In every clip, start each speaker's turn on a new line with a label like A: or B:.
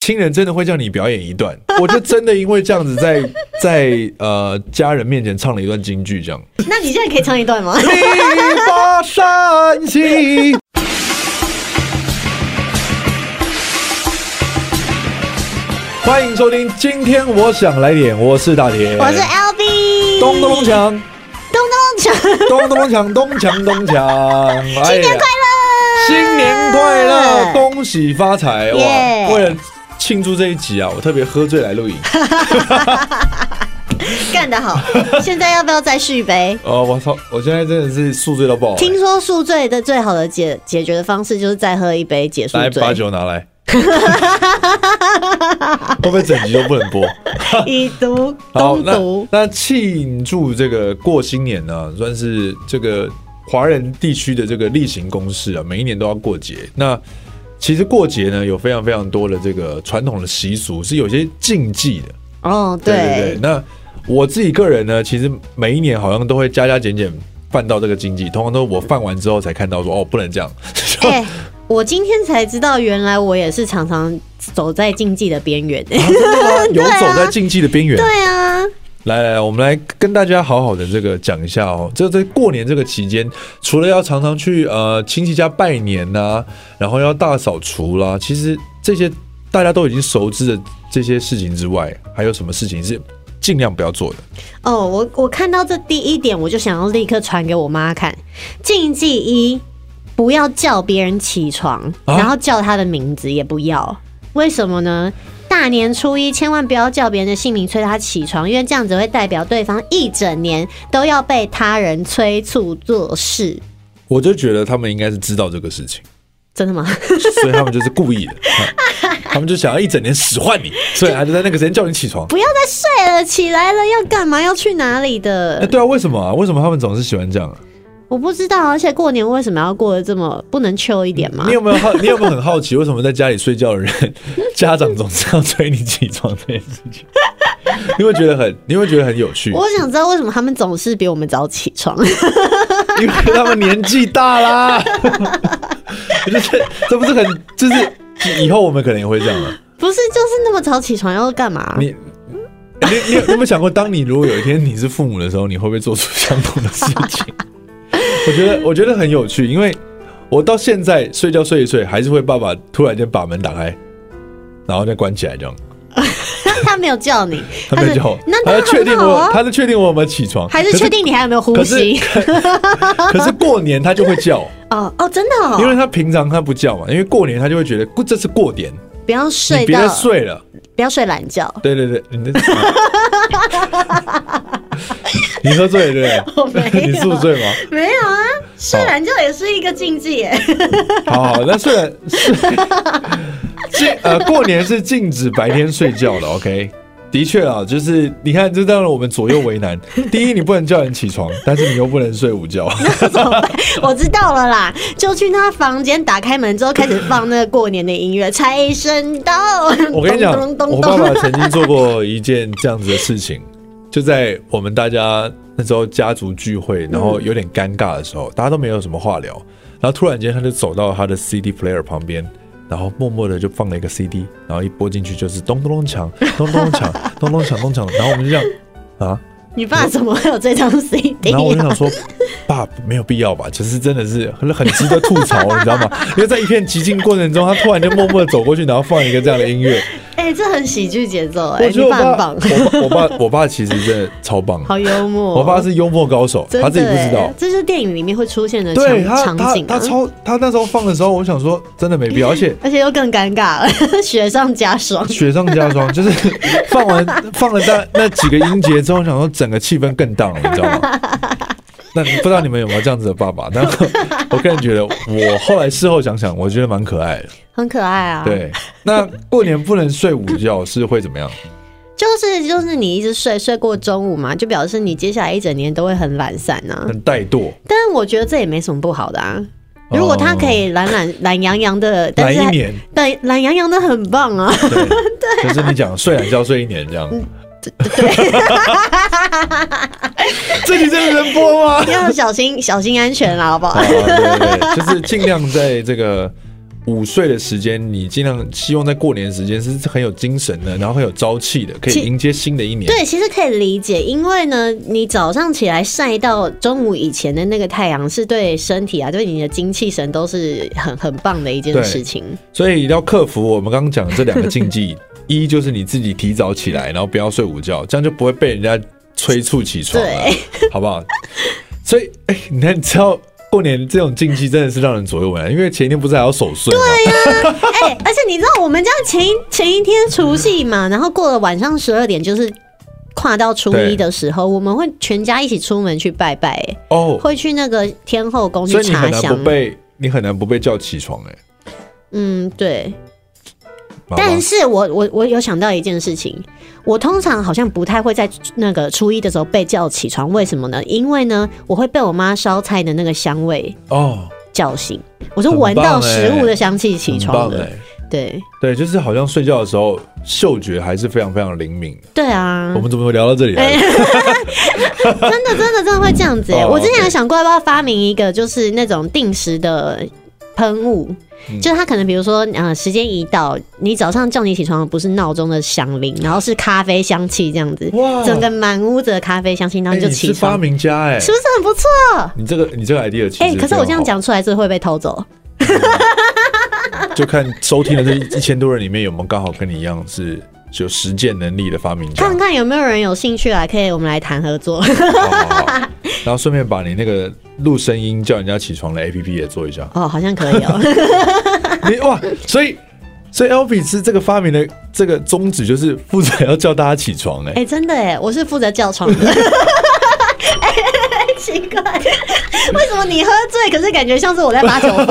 A: 亲人真的会叫你表演一段， 我就真的因为这样子在 在呃家人面前唱了一段京剧，这 样。
B: 那你现在可以唱一段吗？
A: 一把山兮。欢迎收听，今天我想来点，我是大铁，
B: 我是 L B，
A: 咚咚咚锵，
B: 咚咚锵，
A: 咚咚咚锵，咚锵咚锵，哎呀
B: 新年快乐！
A: 新年快乐，恭喜发财！
B: 耶
A: 哇，为了庆祝这一集啊，我特别喝醉来录影。
B: 干得好！现在要不要再续一杯？
A: 哦，我操，我现在真的是宿醉到爆、
B: 听说宿醉的最好的解解决的方式就是再喝一杯解宿
A: 来
B: 醉
A: 把，酒拿来， 会不会整集都不能播？
B: 以毒
A: 好，
B: 攻
A: 那
B: 毒。
A: 那庆祝这个过新年呢，算是这个华人地区的这个例行公事啊，每一年都要过节。那其实过节呢，有非常非常多的这个传统的习俗，是有些禁忌的。
B: 哦，
A: 对对对，那我自己个人呢，其实每一年好像都会加加减减犯到这个禁忌，通常都是我犯完之后才看到说哦，不能这样。
B: 哎、我今天才知道，原来我也是常常走在禁忌的边缘、
A: 啊
B: 啊
A: 游 走在禁忌的边缘。
B: 对啊，
A: 来来来，我们来跟大家好好的这个讲一下哦。这在过年这个期间，除了要常常去呃亲戚家拜年呐、然后要大扫除啦、其实这些大家都已经熟知的这些事情之外，还有什么事情是尽量不要做的？
B: 哦，我我看到这第一点，我就想要立刻传给我妈看。禁忌一，不要叫别人起床，
A: 啊
B: 然后叫他的名字也不要。为什么呢？大年初一千万不要叫别人的姓名催他起床，因为这样子会代表对方一整年都要被他人催促做事。
A: 我就觉得他们应该是知道这个事 情，
B: 真的吗？
A: 所以他们就是故意的，啊他们就想要一整年使唤你，所以他就在那个时间叫你起床。
B: 不要再睡了，起来了要干嘛？要去哪里
A: 哎，
B: 的？
A: 对啊，为什么啊？为什么他们总是喜欢这样啊？
B: 我不知道。而且过年为什么要过得这么不能秋一点吗
A: 你？有没有好？你有没有很好奇，为什么在家里睡觉的人，家长总是要催你起床这件事情？你会觉得很，你会觉得很有趣，
B: 我想知道为什么他们总是比我们早起床。
A: 因为他们年纪大啦。就是这不是很，就是以后我们可能也会这样了。
B: 不是，就是那么早起床要干嘛？
A: 你你你有你有没有想过，当你如果有一天你是父母的时候，你会不会做出相同的事情？ 我觉得我觉得很有趣，因为我到现在睡觉睡一睡，还是会爸爸突然间把门打开，然后再关起来这样。
B: 他他没有叫你，
A: 他没有叫我
B: 是，那
A: 他
B: 他
A: 在确定
B: 很好
A: 我，
B: 啊
A: 他在确定我有没有起床，
B: 还是确定你还有没有呼
A: 可是
B: 吸？
A: 可是。可是过年他就会 叫，
B: 哦哦，真的
A: 因
B: 哦，
A: 为他平常他不叫嘛，因为过年他就会觉得过这是过年，
B: 不要
A: 你
B: 睡
A: 别
B: 到
A: 再睡了。
B: 不要睡懒觉。
A: 对对对，你那。 你喝醉了对
B: 我
A: 不对？
B: 没有
A: 你宿醉吗？
B: 没有啊，睡懒觉也是一个禁忌耶。
A: 好好，那虽然是禁呃过年是禁止白天睡觉的，OK。的确啊，就是你看，这让我们左右为难。第一，你不能叫人起床，但是你又不能睡午觉。哦
B: 我知道了啦，就去他房间，打开门之后开始放那个过年的音乐，财神到。
A: 我跟你讲
B: 咚，咚
A: 我
B: 咚
A: 爸
B: 咚
A: 爸曾经做过一件这样子的事情， 就在我们大家那时候家族聚会，然后有点尴尬的时候，大家都没有什么话聊，然后突然间他就走到他的 CD player 旁边。然后默默的就放了一个 CD，然后一播进去就是咚咚咚锵，咚咚咚锵，咚咚锵咚锵，然后我们就这样啊，
B: 你爸怎么会有这张 CD
A: 然后我就
B: 啊？
A: 想说，爸没有必要吧？其实真的是很很值得吐槽，你知道吗？因为在一片寂静过程中，他突然就默默的走过去，然后放一个这样的音乐，
B: 哎、这很喜剧节奏哎、
A: 我觉得
B: 你爸很
A: 我爸，
B: 棒，
A: 我爸，我爸，我爸其实真的超棒。
B: 好幽默。哦
A: 我爸是幽默高手，
B: 真的
A: 他自己不知道
B: 哎。这就是电影里面会出现的
A: 对
B: 场
A: 他，
B: 场
A: 他
B: 景、啊
A: 他超他那时候放的时候，我想说真的没必要，而且
B: 而且又更尴尬 了，雪上加霜。
A: 雪上加霜， 就是放完放了那那几个音节之后，我想说整个气氛更 down，了你知道吗？那不知道你们有没有这样子的爸爸？但我我个人觉得，我后来事后想想，我觉得蛮可爱的。
B: 很可爱啊。，
A: 对，那过年不能睡午觉是会怎么样？
B: 就是就是你一直睡睡过中午嘛，就表示你接下来一整年都会很懒散呐、
A: 很怠惰，
B: 但我觉得这也没什么不好的啊。如果他可以懒懒懒洋洋的，但
A: 哦懒
B: 是
A: 一年。
B: 对懒洋洋的很棒啊。
A: 对，就是你讲睡懒觉睡一年这样。对，这集真的能播吗？
B: 要小心小心安全啦，好不好
A: 啊，？对对对，就是尽量在这个午睡的时间，你尽量希望在过年时间是很有精神的，然后很有朝气的，可以
B: 其
A: 迎接新的一年。
B: 对，其实可以理解，因为呢，你早上起来晒到中午以前的那个太阳，是对身体啊，对你的精气神都是很很棒的一件
A: 对
B: 事 情。
A: 所以要克服我们刚刚讲的这两个禁忌， 一就是你自己提早起来，然后不要睡午觉，这样就不会被人家催促起床了， 好不好？所以，哎、你看，你知道过年这种禁忌真的是让人左右为难，因为前一天不是还要守岁吗？
B: 哎、而且你知道我们家前一前一天除夕嘛，然后过了晚上十二点就是。跨到初一的时候，我们会全家一起出门去拜拜、哎
A: 哦，
B: 会去那个天后宫去
A: 所以你
B: 插
A: 很难
B: 香
A: 不。被你很难不被叫起床、哎，
B: 嗯，对。
A: 好吧
B: 但是我我我有想到一件事情，我通常好像不太会在那个初一的时候被叫起床，为什么呢？因为呢，我会被我妈烧菜的那个香味
A: 哦，
B: 叫醒，我是
A: 很
B: 闻到
A: 棒欸
B: 食物的香气起
A: 很
B: 床
A: 棒
B: 的。
A: 哎、
B: 对
A: 对，就是好像睡觉的时候嗅觉还是非常非常灵敏的。
B: 对啊
A: 我，们怎么会聊到这里来？
B: 真的真的真的会这样子、欸。
A: 哦
B: 我之前
A: OK
B: 还想过要不要发明一个，就是那种定时的喷雾。
A: 嗯
B: 就是它可能，比如说，呃，时间一到，你早上叫你起床的不是闹钟的响铃，然后是咖啡香气这样子，
A: 哇
B: 整个满屋子的咖啡香气，然
A: 哎
B: 后你就
A: 你
B: 起
A: 是
B: 床
A: 发。明家哎、
B: 是不是很不错？
A: 你这个你这个 idea 其实
B: 哎、可是我
A: 非
B: 这样
A: 常好
B: 讲出来，这会被偷走。
A: 就看收听的这一千多人里面有没有刚好跟你一样是有实践能力的发明 家。
B: 看看有没有人有兴趣来，可以我们来谈合作。
A: 好好好然后顺便把你那个录声音叫人家起床的 A P P 也做一下
B: 。哦，好像可以哦。
A: 你哇，所以所以 L B 是这个发明的这个宗旨就是负责要叫大家起床哎、
B: 哎、真的哎，我是负责叫床的。 哎奇怪，为什么你喝醉，可是感觉像是我在把酒疯？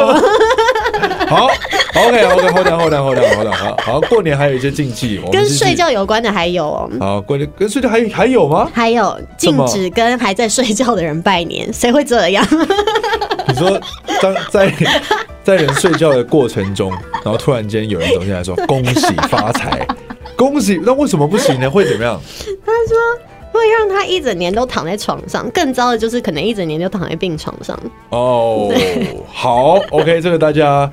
A: 好，OK OK，好的好的好的好的好。好，过年还有一些禁忌，我们
B: 跟
A: 继续
B: 睡。觉有关的还有哦，
A: 好，过年跟睡觉还还有吗？
B: 还有禁止跟还在睡觉的人拜年，谁会这样？
A: 你说当在 在人睡觉的过程中，然后突然间有人走进来说：“恭喜发财，恭喜！”那为什么不行呢？会怎么样？
B: 会让他一整年都躺在床上，更糟的就是可能一整年就躺在病床上。
A: 哦，好，OK，这个大家，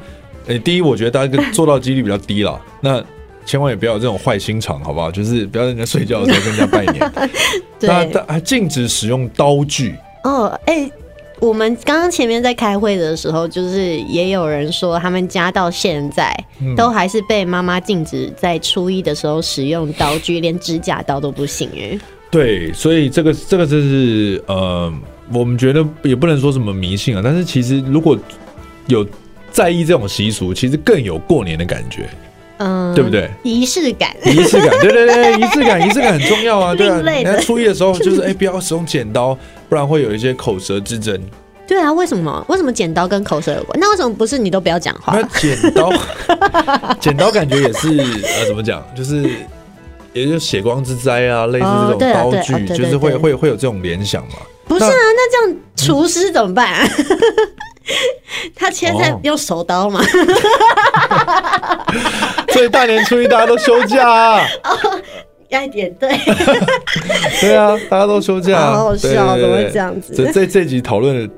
A: 呃，第一，我觉得大家做到几率比较低啦，那千万也不要有这种坏心肠，好不好？就是不要在人家睡觉的时候跟人家拜年。
B: 对，
A: 那但还禁止使用刀具，
B: 哦，哎、我们刚刚前面在开会的时候，就是也有人说，他们家到现在、都还是被妈妈禁止在初一的时候使用刀具，连指甲刀都不行哎。
A: 对，所以这个这个就是呃，我们觉得也不能说什么迷信啊，但是其实如果有在意这种习俗，其实更有过年的感觉，
B: 嗯，
A: 对不？对？
B: 仪式感，
A: 仪式感，对对对， 仪式感，仪式感很重要啊，对啊。
B: 另类
A: 你
B: 的
A: 看初一的时候， 就是哎、不要使用剪刀，不然会有一些口舌之争。
B: 对啊，为什么？为什么剪刀跟口水有关？那为什么不是你都不要讲话
A: 那？剪 刀，剪刀感觉也是呃，怎么讲，就是也就是血光之灾啊，类似
B: 哦
A: 这种
B: 对啊
A: 刀
B: 对啊
A: 具，
B: 哦对对
A: 就是会
B: 对
A: 会会有这种联想嘛。
B: 不是啊，那这样厨师怎么办、啊？ 他切菜
A: 哦
B: 用手刀 嘛？
A: 所以大年初一大家都休假、啊。
B: 哎，也 对。
A: 对啊，大家都休假，
B: 好好笑
A: 对对对
B: 怎么会
A: 对
B: 这样子
A: 这这这集讨论的，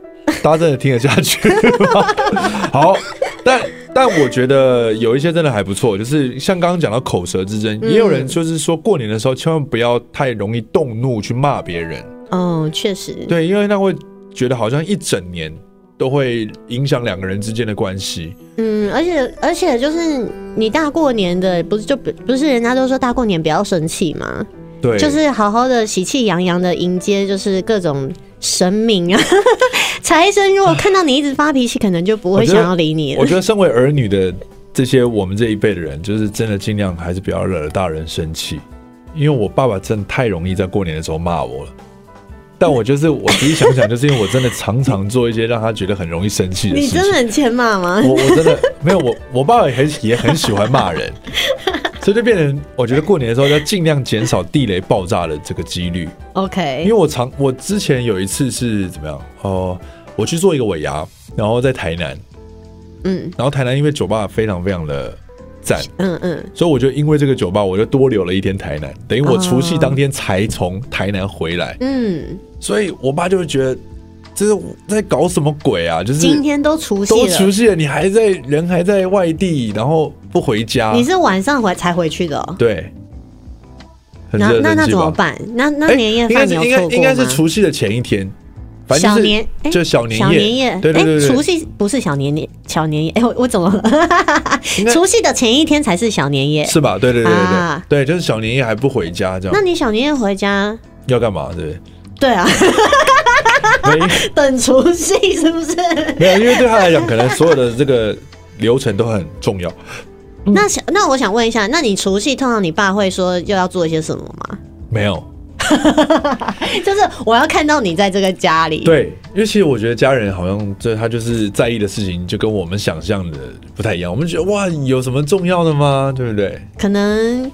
A: 大家真的听得下去吗？ 好，但但我觉得有一些真的还不错，就是像刚刚讲到口舌之争，
B: 嗯
A: 也有人就是说过年的时候千万不要太容易动怒去骂别人，
B: 哦，确实。
A: 对，因为那会觉得好像一整年都会影响两个人之间的关系。
B: 嗯，而且而且就是你大过年的，不是就不不是人家都说大过年不要生气嘛，
A: 对，
B: 就是好好的喜气洋洋的迎接，就是各种神明啊 财神。如果看到你一直发脾气，可能就不会
A: 我觉得
B: 想要理你
A: 我
B: 了。
A: 觉得身为儿女的这些我们这一辈的人，就是真的尽量还是不要惹大人生气，因为我爸爸真的太容易在过年的时候骂我了。但我就是我仔细想想，就是因为我真的常常做一些让他觉得很容易生气的
B: 你
A: 事
B: 真
A: 情
B: 的。很欠骂吗？
A: 我我真的没有我我爸爸也很也很喜欢骂人，所以就变成我觉得过年的时候要尽量减少地雷爆炸的这个几率。因
B: OK，
A: 为我常我之前有一次是怎么样哦、我去做一个尾牙，然后在台南，
B: 嗯
A: 然后台南因为酒吧非常非常的赞，
B: 嗯嗯，
A: 所以我就因为这个酒吧，我就多留了一天台南，等于我除夕当天才从台南回来，
B: 嗯，
A: 所以我爸就会觉得这是在搞什么鬼啊？就是
B: 今天都除夕
A: 都
B: 了，
A: 除夕了，你还在人还在外地，然后不回家，
B: 你是晚上回才回去的、哦，
A: 对，很
B: 那
A: 热
B: 那
A: 人
B: 那
A: 气
B: 怎么
A: 吧？
B: 办？那那
A: 哎
B: 年夜
A: 应该
B: 饭
A: 是
B: 你
A: 应该
B: 有错过吗？
A: 应该是除夕的前一天，反正
B: 小
A: 就是
B: 年哎
A: 就小哦年
B: 小年夜，
A: 对对对
B: 哎
A: 对，
B: 除夕不是小年夜，小年夜，哎、我我怎么了？
A: 应该
B: 除夕的前一天才是小年夜。
A: 是啊吧？对对对对对、
B: 啊
A: 对，就是小年夜还不回家，这
B: 那
A: 样
B: 你小年夜回家？
A: 要干嘛？对 不对？
B: 对啊，
A: 没
B: 等除夕是不是？
A: 没有，因为对他来讲，可能所有的这个流程都很重要。嗯
B: 那想那我想问一下，那你除夕通常你爸会说又要做一些什么吗？
A: 没有，
B: 就是我要看到你在这个家里。，
A: 对，因为其实我觉得家人好像这他就是在意的事情，就跟我们想象的不太一样。我们觉得哇，有什么重要的吗？对不对？
B: 可能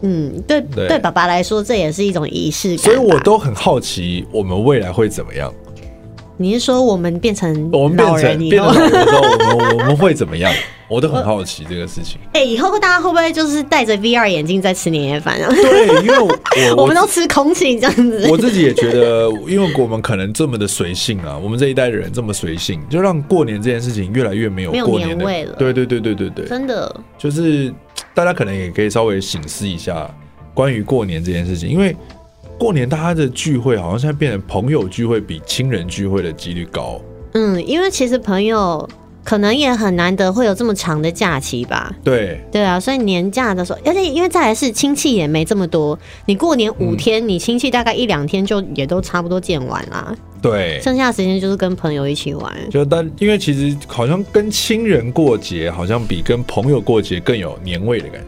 B: 嗯，对对，
A: 对
B: 爸爸来说这也是一种仪式感吧。
A: 所以我都很好奇，我们未来会怎么样？
B: 你是说我们变成
A: 我们
B: 老
A: 变
B: 人
A: 成
B: 以
A: 变成
B: 后
A: 老？人之后，我们我们会怎么样？我都很好奇这个事情。
B: 哎、以后大家会不会就是戴着 VR 眼镜在吃年夜饭啊？
A: 对，因为我
B: 我们都吃空气这样子。
A: 我自己也觉得，因为我们可能这么的随性啊，我们这一代人这么随性，就让过年这件事情越来越没有
B: 没有
A: 过年
B: 年
A: 的
B: 味了
A: 对对对对对对，
B: 真的，
A: 就是大家可能也可以稍微醒思一下关于过年这件事情，因为过年大家的聚会好像现在变成朋友聚会比亲人聚会的几率高。
B: 嗯，因为其实朋友可能也很难得会有这么长的假期吧。
A: 对，
B: 对啊，所以年假的时候，而且因为再来是亲戚也没这么多，你过年五天，你亲戚大概一两天就也都差不多见完啦，
A: 对，
B: 剩下的时间就是跟朋友一起玩。
A: 就但因为其实好像跟亲人过节，好像比跟朋友过节更有年味的感觉，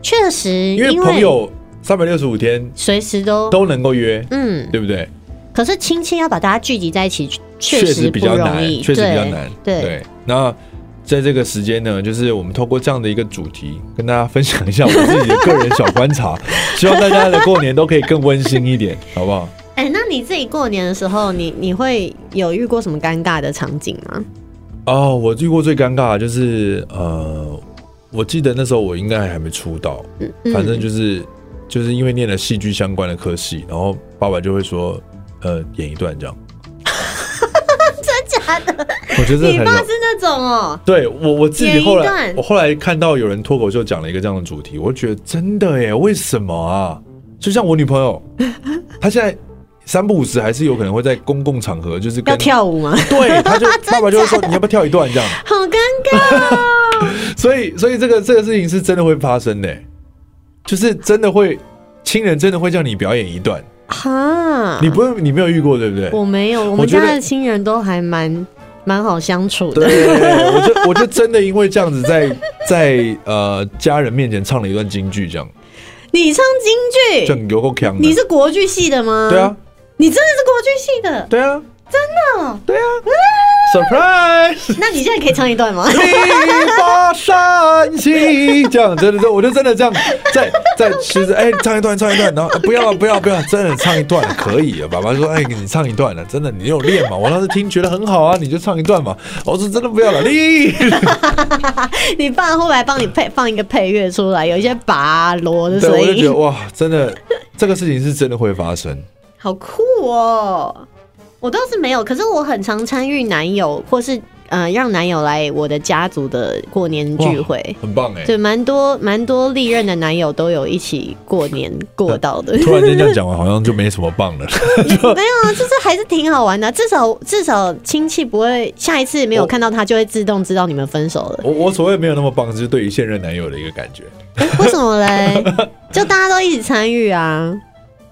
B: 确实，因
A: 因为朋友三百六十五天
B: 随时都
A: 都能够约，
B: 嗯，
A: 对不对？
B: 可是亲戚要把大家聚集在一起，确
A: 确实
B: 实
A: 比
B: 不
A: 较
B: 容
A: 难，
B: 易，
A: 确实比较
B: 对
A: 难。
B: 对
A: 那在这个时间呢，就是我们透过这样的一个主题，跟大家分享一下我自己的个人小观察，希望大家的过年都可以更温馨一点，好不好？
B: 哎、那你自己过年的时候，你你会有遇过什么尴尬的场景吗？
A: 哦，我遇过最尴尬的就是呃，我记得那时候我应该还没出道，
B: 嗯
A: 反正就是就是因为念了戏剧相关的科系，然后爸爸就会说，呃，演一段这 样。真假的？我觉得这
B: 你
A: 很
B: 爸
A: 容
B: 是那种哦、
A: 对我我自己
B: 演一
A: 后来
B: 段，
A: 我后来看到有人脱口秀讲了一个这样的主题，我觉得真的耶，为什么啊？就像我女朋 友，她现在三不五时还是有可能会在公共场合，就是
B: 要
A: 跟
B: 跳舞吗？
A: 对，她就爸爸就会说你要不要跳一段这样，
B: 好尴尬、哦。
A: 所以所以这个这个事情是真的会发生的耶，就是真的会亲人真的会叫你表演一段，
B: 哈，
A: 你不会你没有遇过对不对？
B: 啊我没有，我们
A: 我觉
B: 家
A: 得
B: 的亲人都还蛮蛮好相处的。
A: 对，啊我就我就真的因为这样子在在呃家人面前唱了一段京剧，这样
B: 你唱京
A: 就
B: 剧，
A: 很有够强的。
B: 你是国剧系的吗？
A: 对啊，，
B: 你真的是国剧 系的。
A: 对啊，真
B: 哦
A: 对啊，surprise，
B: 那你现在可以唱一段 吗？
A: 一把扇起，这样真的，真我就真的这样，在在其实哎，唱一段，唱一段，然后呃不要了，不要，不要，真的唱一段可以啊。爸爸说，哎，你唱一段了，真的，你有练嘛？我当时听觉得很好啊，你就唱一段嘛。我说真的不要了，你
B: 你爸会不会帮你配放一个配乐出来，有一些拔锣的
A: 对，
B: 声
A: 我就觉
B: 音
A: 得，哇，真的这个事情是真的会发生。
B: 好酷哦！我倒是没有，可是我很常参与男友或是呃让男友来我的家族的过年聚会
A: 哇，很棒哎、
B: 对，蛮多蛮多历任的男友都有一起过年过到的。
A: 突然间这样讲完，好像就没什么棒了。
B: 没有啊，就是还是挺好玩的啊、至少至少亲戚不会下一次没有
A: 我
B: 看到他就会自动知道你们分手了。
A: 我我所谓没有那么棒，就是对于现任男友的一个感觉。
B: 诶
A: 哎
B: 为什 么嘞？就大家都一起参与啊，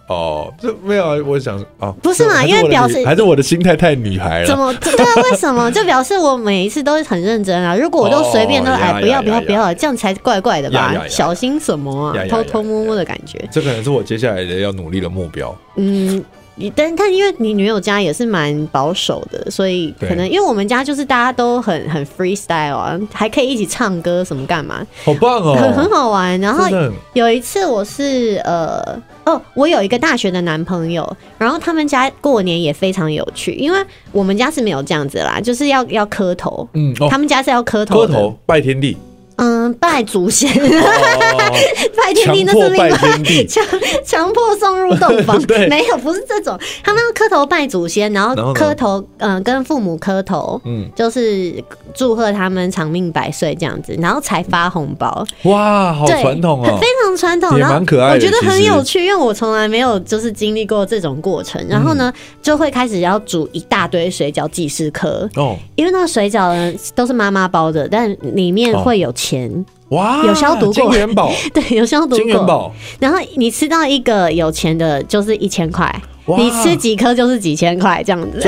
A: 哦，这没有啊，我想哦，
B: 不是嘛
A: 还
B: 因为
A: 我的
B: 表
A: 女
B: 示
A: 还是我的心态太女孩
B: 怎
A: 了。
B: 么对啊？为什么？就表示我每一次都很认真啊。如果我都随便都
A: 哦
B: 哎
A: 呀
B: 不要
A: 呀
B: 不要
A: 呀
B: 不要，这样才怪怪的
A: 呀呀
B: 吧？
A: 呀
B: 小心什么
A: 呀
B: 啊？
A: 呀
B: 偷
A: 呀
B: 偷摸摸的感觉。
A: 这可能是我接下来的要努力的目标。
B: 嗯，你但但因为你女友家也是蛮保守的，所以
A: 对
B: 可能因为我们家就是大家都很很 freestyle 啊，还可以一起唱歌什么干嘛，
A: 好棒哦，
B: 很很好玩。然后
A: 真的很
B: 有一次我是呃哦，我有一个大学的男朋友，然后他们家过年也非常有趣，因为我们家是没有这样子啦，就是要要磕头，
A: 嗯哦
B: 他，们家是要磕头
A: 磕
B: 的，
A: 头拜天地，
B: 嗯、嗯，拜祖先，
A: 哦
B: 拜天地那
A: 强迫
B: 是另
A: 拜天地
B: 外 强强迫送入洞房
A: 对，
B: 没有不是这种，他们要磕头拜祖先，然
A: 然后
B: 后
A: 呢
B: 磕头，嗯、跟父母磕头，
A: 嗯
B: 嗯，就是祝贺他们长命百岁这样子，然后才发红包，
A: 哇，嗯好
B: 对，
A: 传统
B: 很
A: 哦
B: 非，常传统，
A: 也
B: 然后
A: 蛮可爱的
B: 我觉得
A: 其
B: 很
A: 实
B: 有趣，因为我从来没有就是经历过这种过程，然后呢，
A: 嗯
B: 就会开始要煮一大堆水饺祭祀客，
A: 哦，
B: 因为那个水饺呢都是妈妈包的，但里面
A: 哦
B: 会有钱，
A: 哇，
B: 有消毒过
A: 金元宝，
B: 对，有 消毒
A: 金元
B: 过。
A: 宝，
B: 然后你吃到一个有钱的，就是一千块，
A: 哇
B: 你吃几颗就是几千块这样子，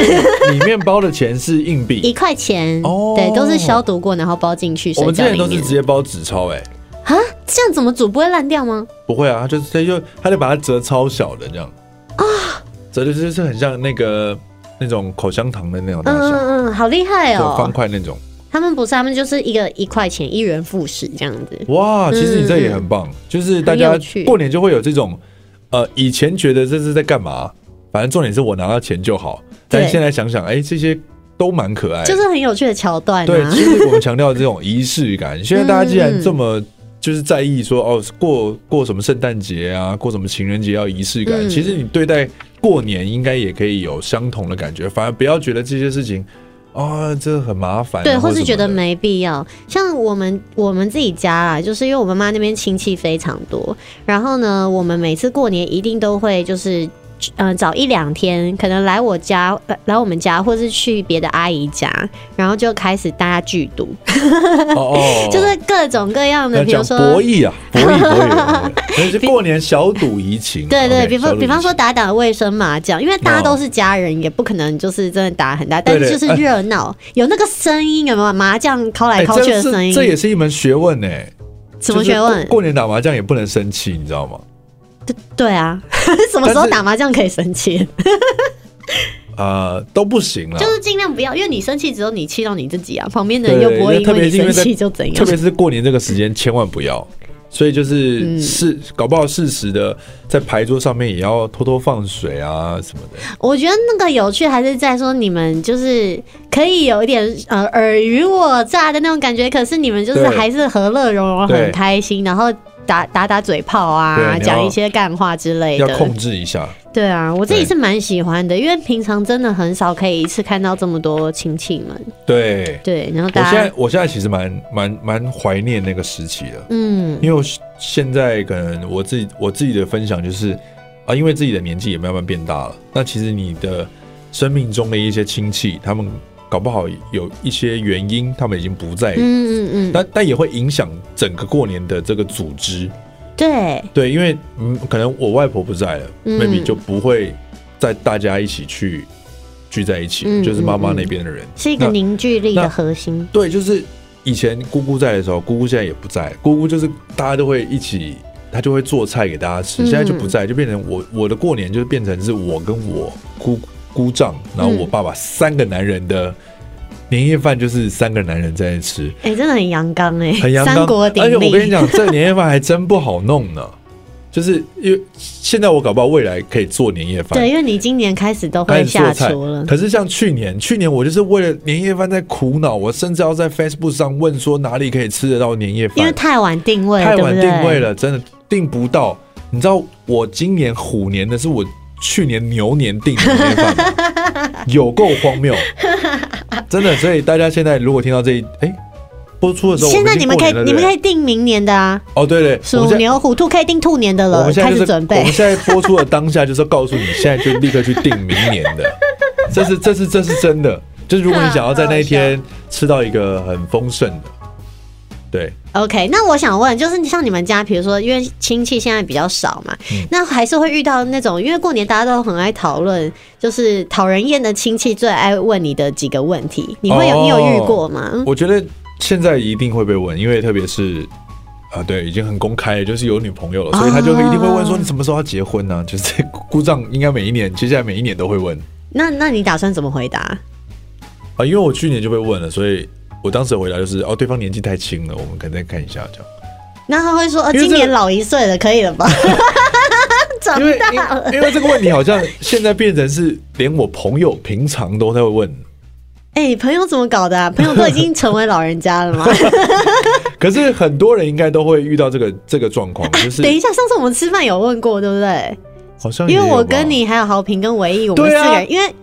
A: 里面包的钱是硬币
B: 一。块钱，
A: 哦
B: 对，都是消毒过，然后包进去
A: 我
B: 水
A: 们之
B: 饺
A: 前
B: 里
A: 都是
B: 面
A: 直。接包纸钞，哎，
B: 啊，这样怎么煮不会烂掉吗？
A: 不会啊，他就是他就他就把它折超小的这样啊，折的就是很像那个那种口香糖的那种大
B: 嗯
A: 小，
B: 嗯嗯，好厉害
A: 就方
B: 哦！
A: 块那种。
B: 他们不是，他们就是一个一块钱一元复始这样子。
A: 哇，其实你这也很棒，就是大
B: 嗯很
A: 家
B: 有趣
A: 过年就会有这种，呃，以前觉得这是在干嘛，反正重点是我拿到钱就好，
B: 对
A: 但现在想想，哎，这些都蛮可爱的，
B: 就是很有趣的桥段
A: 对，
B: 啊
A: 其，实我们强调这种仪式 感。现在大家既然这么就是在意说哦，过过什么圣诞节啊，过什么情人节要仪式感，
B: 嗯
A: 其实你对待过年应该也可以有相同的感觉，反而不要觉得这些事情啊、这很麻烦啊、
B: 对，或
A: 什
B: 是
A: 么
B: 觉得
A: 的
B: 没必要。像我们我们自己家啊，就是因为我们妈那边亲戚非常多，然后呢，我们每次过年一定都会就是。呃，早一两天可能来我家，呃来我们家，或是去别的阿姨家，然后就开始大家剧毒，
A: 哦哦，
B: 就是各种各样的，
A: 要
B: 比如
A: 讲
B: 说，
A: 博 弈啊，博弈博弈，所以是过年小赌怡情。
B: 对对，
A: OK，
B: 比
A: 小
B: 方
A: 赌
B: 比方
A: 怡情
B: 说打打卫生麻将，因为大家都是家人，也不可能就是真的打很大，但
A: 哦对对
B: 是就是
A: 哎
B: 热闹，有那个声音，有没有麻将敲来
A: 哎
B: 敲去的
A: 这是
B: 声音？
A: 这也是一门学问呢、
B: 什么学
A: 就是
B: 问
A: 过？过年打麻将也不能生气，你知道吗？
B: 对啊， 什么时候打麻将可以生气？哦
A: 呃，都不行了。
B: 就是尽量不要，因为你生气只有你气到你自己啊，旁边的人
A: 对
B: 又不会
A: 那特
B: 因
A: 别
B: 为
A: 是
B: 你
A: 因为
B: 生
A: 在
B: 气就怎
A: 特
B: 样。
A: 别是过年这个时间，千万不要。所以就是
B: 嗯
A: 适、搞不好适时的在牌桌上面也要偷偷放水啊什么的。
B: 我觉得那个有趣还是在说你们就是可以有一点呃尔虞我诈的那种感觉，可是你们就是
A: 对
B: 还是和乐融融，
A: 对
B: 很开心，然后。打打打嘴炮
A: 对
B: 啊，
A: 你要
B: 讲一些干话之类
A: 要
B: 的
A: 控，制一下，
B: 对啊，我自己
A: 对
B: 是蛮喜欢的，因为平常真的很少可以一次看到这么多亲戚们，
A: 对
B: 对，然后
A: 我
B: 大
A: 现
B: 家
A: 在，我现在其实蛮蛮蛮怀念那个时期的，
B: 嗯，
A: 因为我现在可能我自己我自己的分享就是啊，因为自己的年纪也慢慢变大了，那其实你的生命中的一些亲戚，他们搞不好有一些原因，他们已经不在，
B: 嗯嗯嗯，
A: 但但也会影响整个过年的这个组织。
B: 对，
A: 对，因为嗯，可能我外婆不在了、
B: 嗯
A: m a y b e 就不会在大家一起去聚在一起，
B: 嗯
A: 就是妈妈
B: 嗯嗯
A: 那边的人。
B: 是一个
A: 那
B: 凝聚力
A: 那
B: 的核心。
A: 对，就是以前姑姑在的时候，姑姑现在也不在，姑姑就是大家都会一起，她就会做菜给大家吃。
B: 嗯
A: 现在就不在，就变成我我的过年就是变成是我跟我姑姑丈，然后我
B: 嗯
A: 爸爸三个男人的年夜饭，就是三个男人在 吃。
B: 哎、真的很阳刚哎、
A: 很阳刚，
B: 三国鼎立。
A: 而且我跟你，讲，这年夜饭还真不好弄呢，就是因为现在我搞不好未来可以做年夜饭，
B: 对，因为你今年开始都
A: 开
B: 会
A: 始做
B: 下
A: 菜
B: 厨了。
A: 可是像去年，去年我就是为了年夜饭在苦恼，我甚至要在 Facebook 上问说哪里可以吃得到年夜
B: 因为
A: 饭，
B: 太晚定位，
A: 太晚
B: 对不
A: 定
B: 对
A: 位。了，真的订不到。你知道我今年虎年的是我去年牛年订的年夜饭吗， 有够荒谬，真的。所以大家现在如果听到这一哎。播出的时候，
B: 现在
A: 我
B: 你们可以
A: 已经过年了，对不
B: 你们
A: 对
B: 可以定明年的啊，
A: 哦，对对，我
B: 鼠
A: 们现在
B: 牛虎兔可以定兔年的
A: 我
B: 了，
A: 们现在
B: 开
A: 就
B: 始
A: 是
B: 准
A: 我
B: 备
A: 们。现在播出的当下就是告诉你，现在就立刻去订明年的， 这是这是这是真的。就是如果你想要在那一天吃到一个很丰盛的，对，
B: OK，那我想问，就是像你们家，比如说，因为亲戚现在比较少嘛，
A: 嗯
B: 那还是会遇到那种，因为过年大家都很爱讨论，就是讨人厌的亲戚最爱问你的几个问题，你会有、你有遇
A: 哦
B: 过吗？
A: 我觉得现在一定会被问，因为特别是。啊，对，已经很公开了，就是有女朋友了，所以他就一定会问说
B: 哦
A: 你什么时候要结婚呢、就是 姑丈应该每一年，接下来每一年都会问
B: 那那你打算怎么回答？
A: 啊，因为我去年就被问了，所以我当时的回答就是哦，对方年纪太轻了，我们可能再看一下这样。
B: 那他会说，呃，
A: 因为
B: 今
A: 这
B: 年老一岁了，可以了 吧？长
A: 因为
B: 大了。
A: 因为这个问题好像现在变成是连我朋友平常都在问，
B: 哎、朋友怎么搞的、啊？朋友都已经成为老人家了 吗？
A: 可是很多人应该都会遇到这个这个状况，就是
B: 啊等一下，上次我们吃饭有问过，对不对？
A: 好像
B: 因为
A: 也有
B: 我
A: 吧哦
B: 跟你还有豪平跟唯一，我们
A: 嗯
B: 四
A: 对啊
B: 个人，因为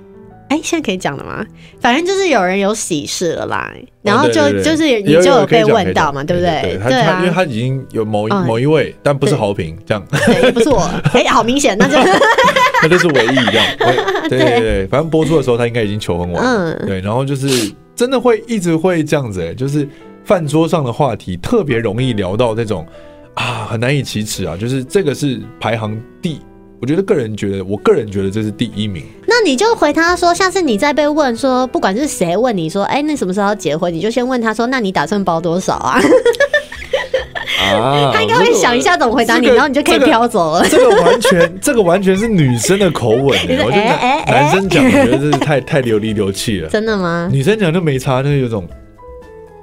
B: 哎、现在可以讲了吗？反正就是有人有喜事了啦，然后就、
A: 哦对对对
B: 就是你
A: 有
B: 就
A: 有
B: 有
A: 可以
B: 被
A: 讲
B: 问
A: 可以
B: 到
A: 讲
B: 嘛，对
A: 对
B: 不
A: 对？他
B: 对
A: 他因为
B: 啊，
A: 他已经有某
B: 嗯
A: 某一位，但不是
B: 对
A: 好评这样，
B: 对，不是我， 哎、好明显，那就
A: 那就是唯一这样。 我对对对，反正播出的时候他应该已经求婚完了，
B: 嗯
A: 对，然后就是真的会一直会这样子、欸，就是饭桌上的话题特别容易聊到这种啊，很难以启齿啊，就是这个是排行第，我觉得个人觉得，我个人觉得这是第一名。
B: 那你就回他说，下次你再被问说，不管是谁问你说，哎、那什么时候要结婚？你就先问他说，那你打算包多少啊？
A: 啊，
B: 他应该会想一下怎么回答你，
A: 这个
B: 然后你就可以飘走了。
A: 这个完全，这个完全是女生的口吻、
B: 你
A: 欸，
B: 说
A: 我觉得
B: 哎哎
A: 男男生讲，我觉得真是太太流里流气 了。
B: 真的吗？
A: 女生讲就没差，就是有种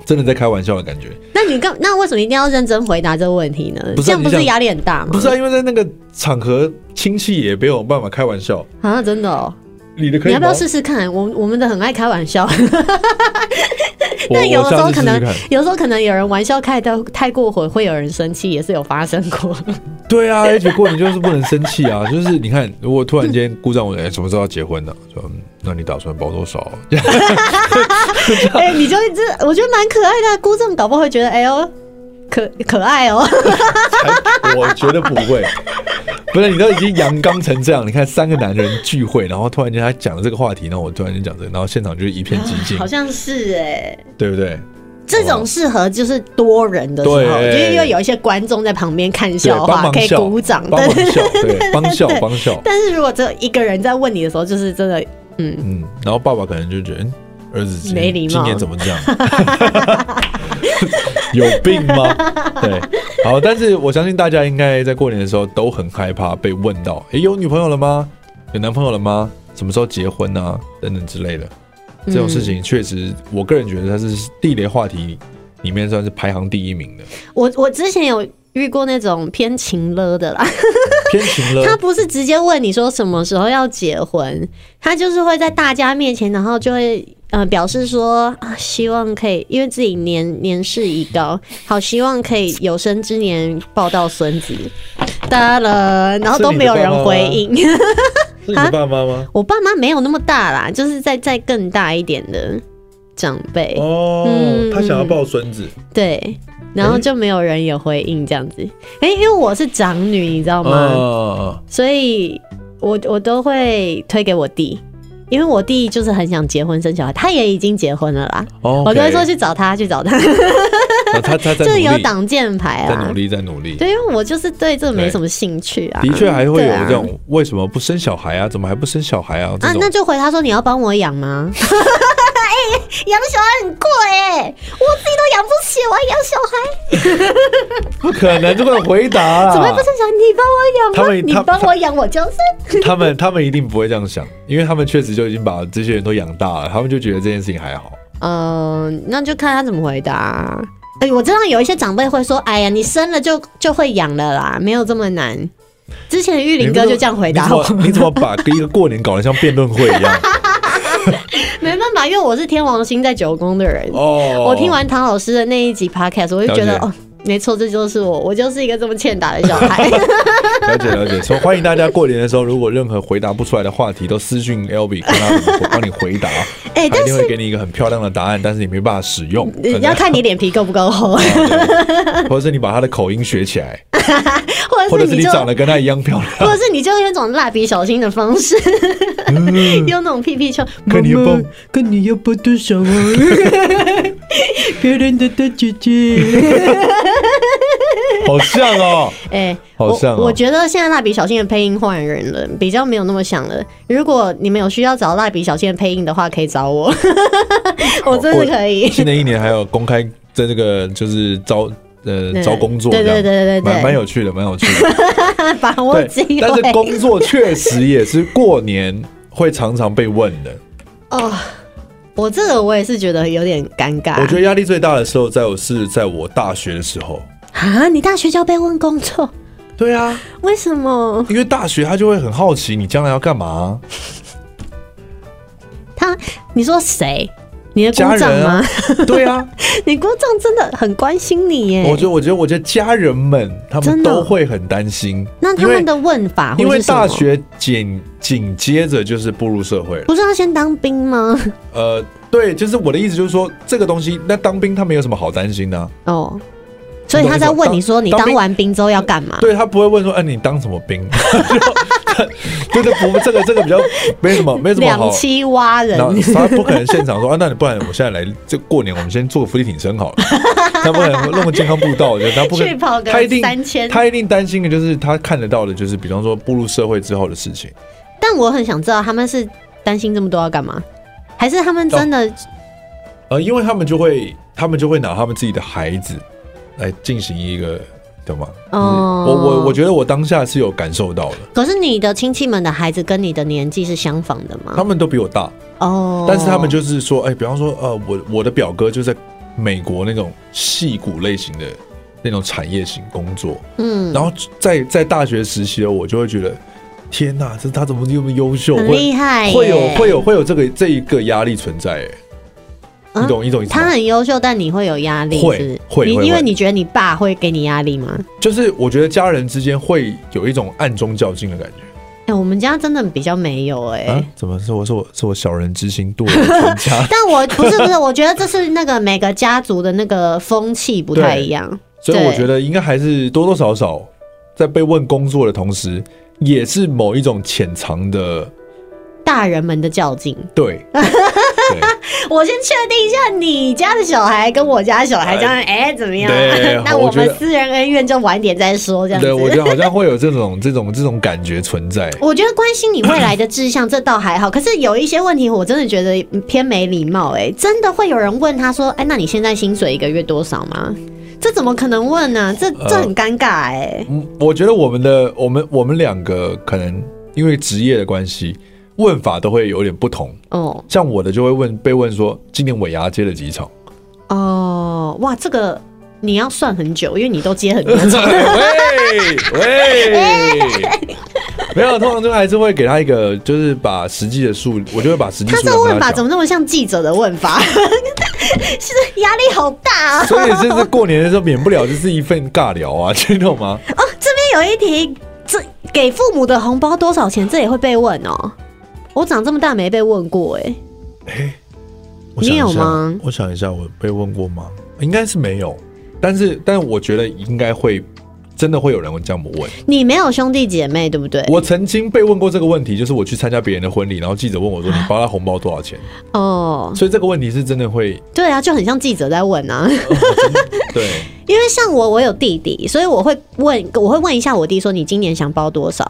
A: 真的在开玩笑的感觉。
B: 那你干那为什么一定要认真回答这个问题呢？
A: 不是啊
B: 这样
A: 你
B: 不是
A: 想
B: 压力很大吗？
A: 不是啊，因为在那个场合，亲戚也没有办法开玩笑。
B: 啊，真的哦，
A: 你的可以吗
B: 你要不要试试看？我我们的很爱开玩笑，
A: 我
B: 但有的时候
A: 我下次
B: 可
A: 试
B: 能
A: 试看
B: 有时候可能有人玩笑开到太过火，会有人生气，也是有发生 过。
A: 对啊，而且过年就是不能生气啊。就是你看，如果突然间姑丈我哎、什么时候要结婚呢、说嗯那你打算包多少啊？
B: 哎、你就这，我觉得蛮可爱的。啊姑丈搞不好会觉得，哎呦，可可爱哦。
A: 才 我觉得不会。不是，你都已经阳刚成这样，你看三个男人聚会，然后突然间他讲了这个话题，然后我突然间讲这个，然后现场就是一片寂静
B: 好，像是哎、
A: 对不对？
B: 这种适合就是多人的时候，
A: 对
B: 就是因为有一些观众在旁边看
A: 对，
B: 笑
A: 帮
B: 话，
A: 忙
B: 可以
A: 笑，
B: 鼓掌。
A: 帮
B: 但
A: 忙
B: 是
A: 笑，对，帮笑，帮笑，
B: 但是如果只有一个人在问你的时候，就是真的，嗯，
A: 嗯，然后爸爸可能就觉得，嗯，儿子今
B: 没礼貌
A: 今年怎么这样？ 有病吗？对，好，但是我相信大家应该在过年的时候都很害怕被问到，诶、有女朋友了吗？有男朋友了吗？什么时候结婚啊？等等之类的，这种事情确实，我个人觉得它是地雷话题里面算是排行第一名 的，
B: 我我之前有遇过那种偏情勒的啦，
A: 偏情了
B: 他。不是直接问你说什么时候要结婚，他就是会在大家面前，然后就会。呃，表示说啊，希望可以，因为自己年年事已高，好希望可以有生之年抱到孙子，哒了，然后都没有人回应。
A: 是你的爸妈吗？
B: 我爸妈没有那么大啦，就是在在更大一点的长辈，
A: 哦
B: 嗯他想要抱
A: 孙子，
B: 对，然后就没有人有回应这样子。哎、因为我是长女，你知道吗？
A: 哦，
B: 所以我我都会推给我弟，因为我弟就是很想结婚生小孩，他也已经结婚了啦。我
A: 我
B: 就会说去找他，去找他，
A: 哦他他 在
B: 就
A: 努
B: 是有
A: 力，
B: 挡箭牌
A: 在努
B: 啦。
A: 力，在努力。
B: 啊对，因为我就是对这没什么兴趣啊。
A: 的确还会
B: 对
A: 有
B: 啊
A: 这种为什么不生小孩啊？怎么还不生小孩啊？这
B: 啊，
A: 种
B: 那就回他说你要帮我养吗？ 哎、养小孩很贵哎、我自己都养不起，我还养小孩，
A: 不可能这么回答啊！
B: 怎么会不生小孩？你帮我养吗？
A: 他们
B: 你
A: 他
B: 帮我养，我就是。
A: 他们他们一定不会这样想，因为他们确实就已经把这些人都养大了，他们就觉得这件事情还好。
B: 嗯，那就看他怎么回答、哎、我知道有一些长辈会说：“哎呀，你生了就就会养了啦，没有这么难。”之前玉林哥就这样回答
A: 你
B: 我
A: 怎，么你怎么把一个过年搞得像辩论会一样？
B: 没办法，因为我是天王星在九宫的人。
A: 哦，
B: 我听完唐老师的那一集 podcast，我就觉得
A: 了解
B: 哦，没错，这就是我，我就是一个这么欠打的小孩。
A: 了解了解，所以欢迎大家过年的时候，如果任何回答不出来的话题，都私讯 L B 看他帮你回答，
B: 哎、
A: 他一
B: 但
A: 定
B: 是
A: 会给你一个很漂亮的答案，但是你没办法使用，可
B: 你
A: 能
B: 要看你脸皮够不够厚，
A: 或者是你把他的口音学起来，
B: 或
A: 或
B: 者
A: 者是
B: 是你
A: 你
B: 就，
A: 长得跟他一样漂亮。
B: 或者是你就用一种蜡笔小新的方式， 用那种屁屁球，
A: 看你要抱
C: 妈妈，看你要抱多少啊？ 漂亮的大姐姐，
A: 好像哦，
B: 哎、
A: 好像哦
B: 我我觉得现在蜡笔小新的配音换人了，比较没有那么想了。如果你们有需要找蜡笔小新的配音的话，可以 找我，我真的可以。
A: 新的一年还有公开在这个就是招呃
B: 对
A: 招工作，
B: 对
A: 这样
B: 对对对对对
A: 蛮蛮有趣的，蛮有趣 的。
B: 把握机
A: 对，但是
B: 会
A: 工作确实也是过年会常常被问的。
B: 哦。我这个我也是觉得有点尴尬。
A: 我觉得压力最大的时候，在我是在我大学的时候。
B: 啊，你大学就要被问工作，
A: 对啊，
B: 为什么？
A: 因为大学他就会很 好奇你将来要干嘛、
B: 他你说谁？你的
A: 家
B: 姑丈
A: 人
B: 吗
A: 啊？，对啊，
B: 你姑丈真的很关心你耶。
A: 我觉得，我觉得，我觉得家人们他
B: 真
A: 们
B: 的
A: 都会很担心，
B: 那他
A: 因为
B: 们的问法
A: 因
B: 啊会
A: 为
B: 是什
A: 大
B: 么？
A: 学紧紧接着就是步入社会了。
B: 不是要先当兵吗？
A: 呃，对，就是我的意思就是说，这个东西，那当兵他们有什么好担心的啊、
B: 哦，所以他在问你说你当完兵之后要干嘛？
A: 对他不会问说，哎、你当什么兵？ 就就是不，这个这个比较没什么没什么好
B: 两。栖蛙人
A: 然，后他不可能现场说啊，那你不然我现在来，这过年我们先做个伏地挺身好了。 他不可能弄个健康步道，我觉得他不可
B: 去
A: 能。
B: 跑个
A: 他一定
B: 三千。
A: 他一定担心的就是他看得到的，就是比方说步入社会之后的事情。
B: 但我很想知道他们是担心这么多要干嘛，还是他们真的
A: 呃，因为他们就会，他们就会拿他们自己的孩子来进行一个，懂吗？
B: 哦
A: 嗯我我我觉得我当下是有感受到的，
B: 可是你的亲戚们的孩子跟你的年纪是相仿的吗
A: 他？们都比我大，
B: 哦，
A: 但是他们就是说，哎，比方说，呃，我我的表哥就在美国那种戏骨类型的那种产业型工作，
B: 嗯，
A: 然后在在大学实习的我就会觉得，天哪，这他怎么这么优秀？
B: 很
A: 会
B: 厉害耶，
A: 会有会有会有这个这一个压力存在，哎，
B: 啊
A: 你懂你懂意思吗？
B: 他很优秀，但你会有压力，
A: 会
B: 是不是
A: 会
B: 你
A: 会
B: 因为
A: 会
B: 你觉得你爸会给你压力吗？
A: 就是我觉得家人之间会有一种暗中较劲的感觉
B: 哎、我们家真的比较没有哎、？
A: 啊？怎么是我是我是我小人之心度我全家
B: 但我不是不是，我觉得这是那个每个家族的那个风气不太一样。
A: 所以我
B: 对
A: 觉得应该还是多多少少在被问工作的同时，也是某一种潜藏的
B: 大人们的较劲，
A: 对。对
B: 我先确定一下你家的小孩跟我家小孩这样，哎、怎么样
A: 对？
B: 那
A: 我
B: 我
A: 觉
B: 们
A: 得
B: 私人恩怨就晚点再说，这样子。
A: 对，我觉得好像会有这种这种这种感觉存在。
B: 我觉得关心你未来的志向，这倒还好。可是有一些问题，我真的觉得偏没礼貌、哎，真的会有人问他说：“哎、那你现在薪水一个月多少吗？”这怎么可能问呢、这这
A: 呃
B: 很尴尬哎、
A: 嗯，我觉得我们的我们我们两个可能因为职业的关系，问法都会有点不同。
B: 哦
A: 像我的就会问被问说，今年尾牙接了几场？
B: 哦，哇，这个你要算很久，因为你都接 很多
A: 呃喂喂，没有，通常就还是会给他一个，就是把实际的数，我就会把实际
B: 他
A: 数
B: 这
A: 量
B: 个问
A: 跟
B: 法
A: 他
B: 怎
A: 讲。
B: 么那么像记者的问法？ 是压力好大 啊！
A: 所以就是过年的时候，免不了就是一份尬聊啊，你懂吗？
B: 哦，这边有一题，这给父母的红包多少钱？这也会被问哦。我长这么大没被问过哎、
A: 我想一下
B: 你有吗
A: 我想一下，我被问过吗？应该是没有，但是，但我觉得应该会，真的会有人会这样问。
B: 你没有兄弟姐妹对不对？
A: 我曾经被问过这个问题，就是我去参加别人的婚礼，然后记者问我说：“你包他红包多少钱
B: 哦？”，
A: 所以这个问题是真的会，
B: 对啊，就很像记者在问啊。
A: 对，
B: 因为像我，我有弟弟，所以我会问，我会问一下我弟说你今年想包多少？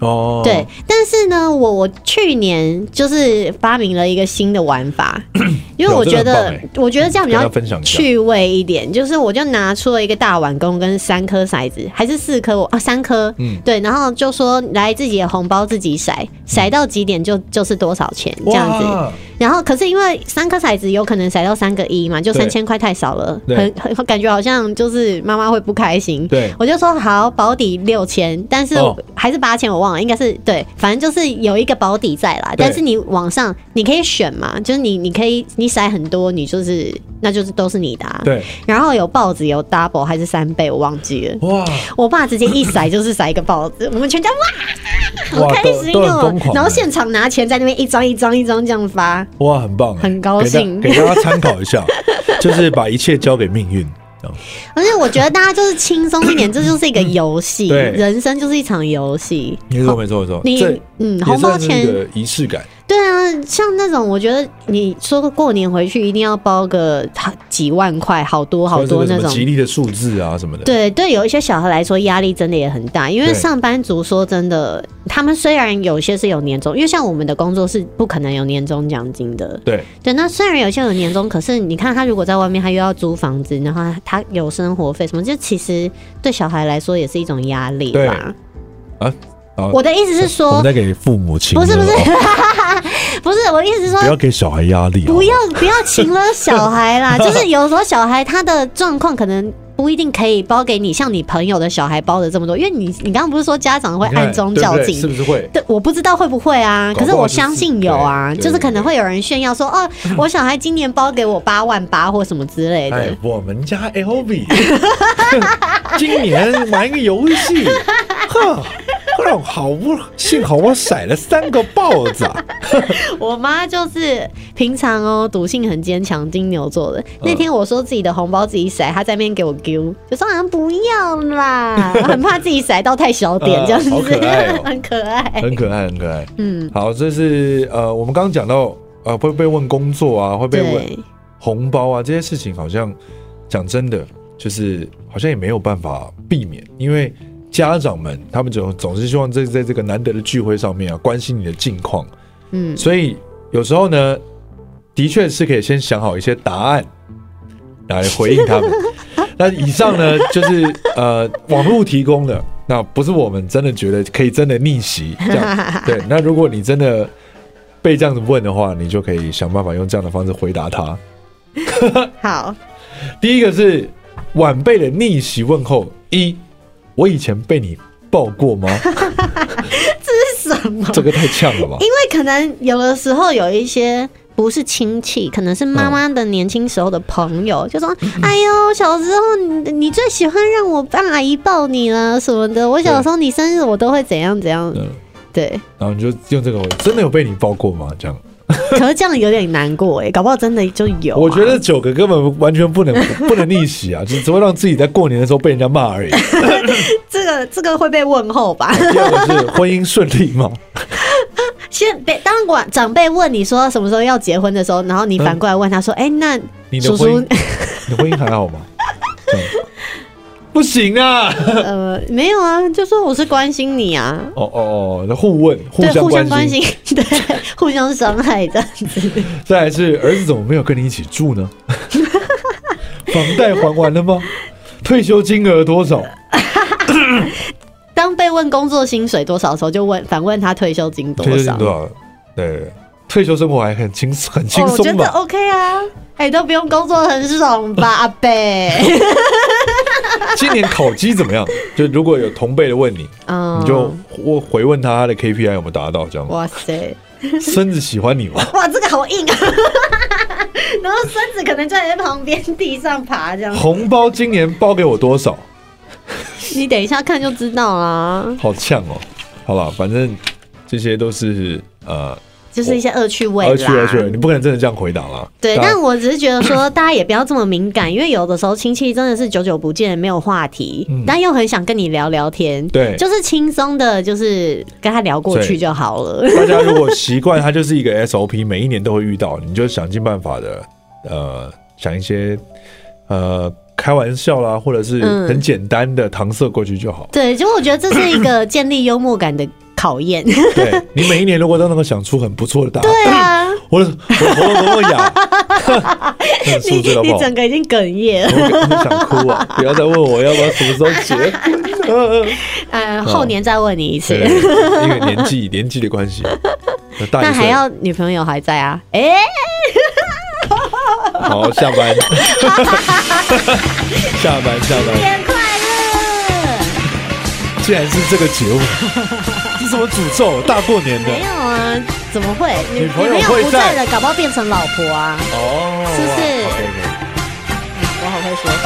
A: 哦，
B: 对，，但是呢，我我去年就是发明了一个新的玩法， 因为我觉
A: 这个很
B: 得、
A: 棒欸
B: 我觉得这样比
A: 跟
B: 较
A: 大家分享一下
B: 趣味一点，就是我就拿出了一个大碗公跟三颗骰子，还是四颗我啊三颗，
A: 嗯
B: 对，然后就说来自己的红包自己骰，骰到几点就就是多少钱这样子。
A: 哇
B: 然后可是因为三颗骰子有可能骰到三个一嘛，就
A: 对
B: 三千块太少了，
A: 对
B: 很 很感觉好像就是妈妈会不开心。
A: 对
B: 我就说好保底六千，但是
A: 哦
B: 还是八千我忘了，应该是对，反正就是有一个保底在啦。
A: 对
B: 但是你往上你可以选嘛，就是你你可以你骰很多，你就是那就是都是你的、啊。。
A: 对，
B: 然后有豹子，有 double 还是三倍，我忘记了。
A: 哇
B: 我爸直接一骰就是骰一个豹子，我们全家好
A: 哇，
B: 开
A: 都
B: 心
A: 都很
B: 哦
A: 疯、狂
B: 然后
A: 欸
B: 现场拿钱在那边一张一张一张这样发，
A: 哇，很棒欸，
B: 很高
A: 给大
B: 兴
A: 给大家参考一 下，就是把一切交给命运。哦这样
B: 而且我觉得大家就是轻松一点，这就是一个游戏，
A: 对
B: 人生就是一场游戏。
A: 没错，没错，没错，
B: 你
A: 这
B: 嗯，
A: 也
B: 红包
A: 算是一
B: 钱
A: 个仪式感。
B: 对啊，像那种我觉得你说过年回去一定要包个几万块，好多好多
A: 或者是
B: 那
A: 什么
B: 种。
A: 吉利的数字啊什么的。
B: 对对，有一些小孩来说压力真的也很大，因为
A: 对
B: 上班族说真的，他们虽然有些是有年终，因为像我们的工作是不可能有年终奖金的，
A: 对
B: 对，那虽然有些有年终，可是你看他如果在外面，他又要租房子，然后他他有生活费什么，这其实对小孩来说也是一种压力
A: 对
B: 吧。
A: 啊啊
B: 我的意思是
A: 我
B: 说
A: 们，在给父母亲
B: 不是不是
A: 哦
B: 不是我的意思是
A: 不
B: 说
A: 要。给小孩压力，
B: 不要不要情了小孩啦，就是有时候小孩他的状况可能不一定可以包给你像你朋友的小孩包的这么多，因为你你刚刚不是说家长会
A: 你看
B: 暗
A: 对
B: 中
A: 不
B: 较
A: 对
B: 劲，
A: 是不是会？
B: 对，我不知道会不会啊，
A: 搞不好
B: 可是我相信有啊，
A: 就是
B: 就
A: 对
B: 是可能会有人炫耀说，哦，我小孩今年包给我八万八或什么之类的。
A: 哎，我们家 L V 今年玩个游戏， 哈，让好不幸好我甩了三个豹子 啊，
B: 我妈就是平常哦，赌性很坚强，金牛座的。那天我说自己的红包自己甩，她在那边给我丢，就说啊不要啦，很怕自己甩到太小点
A: 嗯
B: 这样子，
A: 好可爱哦
B: 很可爱。
A: 很可爱，很可爱。
B: 嗯，
A: 好，这是呃，我们刚刚讲到呃，会被问工作啊，会被问
B: 对，
A: 红包啊，这些事情好像讲真的，就是好像也没有办法避免，因为家长们他们总总是希望在在这个难得的聚会上面啊，关心你的近况，
B: 嗯，
A: 所以有时候呢，的确是可以先想好一些答案来回应他们。那以上呢，就是呃网络提供的，那不是我们真的觉得可以真的逆袭这样。对，那如果你真的被这样子问的话，你就可以想办法用这样的方式回答他。
B: 好，
A: 第一个是晚辈的逆袭问候：一，我以前被你抱过 吗？
B: 是什么？
A: 这个太呛了吧！
B: 因为可能有的时候有一些不是亲戚，可能是妈
A: 嗯
B: 妈的年轻时候的朋友，就说：“哎呦，小时候你你最喜欢让我让阿姨抱你了什么的，我小时候你生日我都会怎样怎样。
A: 嗯，
B: 对，
A: 然后你就用这个，真的有被你抱过吗？这样。
B: 可是这样有点难过哎、搞不好真的就有啊、
A: 我觉得九个根本完全不能 不能逆袭啊，只只会让自己在过年的时候被人家骂而已。
B: 这个这个会被问候吧。
A: 第二个是婚姻顺利吗？
B: 先别当管长辈问你说什么时候要结婚的时候，然后你反过来问他说：“
A: 嗯
B: 哎、那
A: 你的
B: 叔
A: 婚姻
B: 叔
A: 你的婚姻还好 吗？这样不行啊！
B: 呃没有啊，就说我是关心你啊。”
A: 哦哦哦，那互问互
B: 对，
A: 相
B: 互相
A: 关
B: 关。心， 对，互相伤害这样子。
A: 再来是儿子怎么没有跟你一起住呢？ 房贷还完了吗？退休金额多少？
B: 当被问工作薪水多少的时候，就问反问他退休金多
A: 退休
B: 少。
A: 金多少？对，退休生活还很轻很轻
B: 哦， 我觉
A: 松
B: 得
A: 吧？
B: OK 啊，哎、都不用工作很爽吧，阿 贝？
A: 今年烤鸡怎么样？就如果有同辈的问你，
B: 嗯
A: 你就我回问他他的 KPI 有没有达到，这样。
B: 哇塞，
A: 孙子喜欢你吗？
B: 哇，这个好硬啊！ 然后孙子可能就在旁边地上爬这样，
A: 红包今年包给我多少？
B: 你等一下看就知道啦，
A: 好呛哦！好吧，反正这些都是呃，
B: 就是一些恶趣味啦。
A: 而且而且，你不可能真的这样回答啦。
B: 对，
A: 那
B: 但我只是觉得说，大家也不要这么敏感，因为有的时候亲戚真的是久久不见，没有话题，
A: 嗯
B: 但又很想跟你聊聊天，
A: 对
B: 就是轻松的，就是跟他聊过去
A: 对
B: 就好了。
A: 大家如果习惯，它就是一个 SOP，每一年都会遇到，你就想尽办法的呃，想一些呃开玩笑啦，或者是
B: 嗯
A: 很简单的搪塞过去就好。
B: 对，就我觉得这是一个建立幽默感的考验。
A: 对你每一年如果都能够想出很不错的答案，
B: 对啊，
A: 我我我我 我哑，真的
B: 你
A: 说这个不
B: 你
A: 好。
B: 整个已经哽咽了。
A: 我想哭 啊！不要再问我要不要什么时候结婚，
B: 呃，后年再问你一次
A: 对，。因为年纪年纪的关 系，大
B: 那
A: 一
B: 还
A: 岁，
B: 要女朋友还在啊？哎、
A: 好下 班，下班下班，
B: 年快乐！
A: 竟然是这个 结尾，这什么诅咒？大过年的
B: 没有啊，怎么会？女
A: 女朋友
B: 不
A: 会
B: 在
A: 在
B: 了，搞不好变成老婆啊！
A: 哦，
B: 是不是
A: 哇？OK，OK
B: 我好会说话。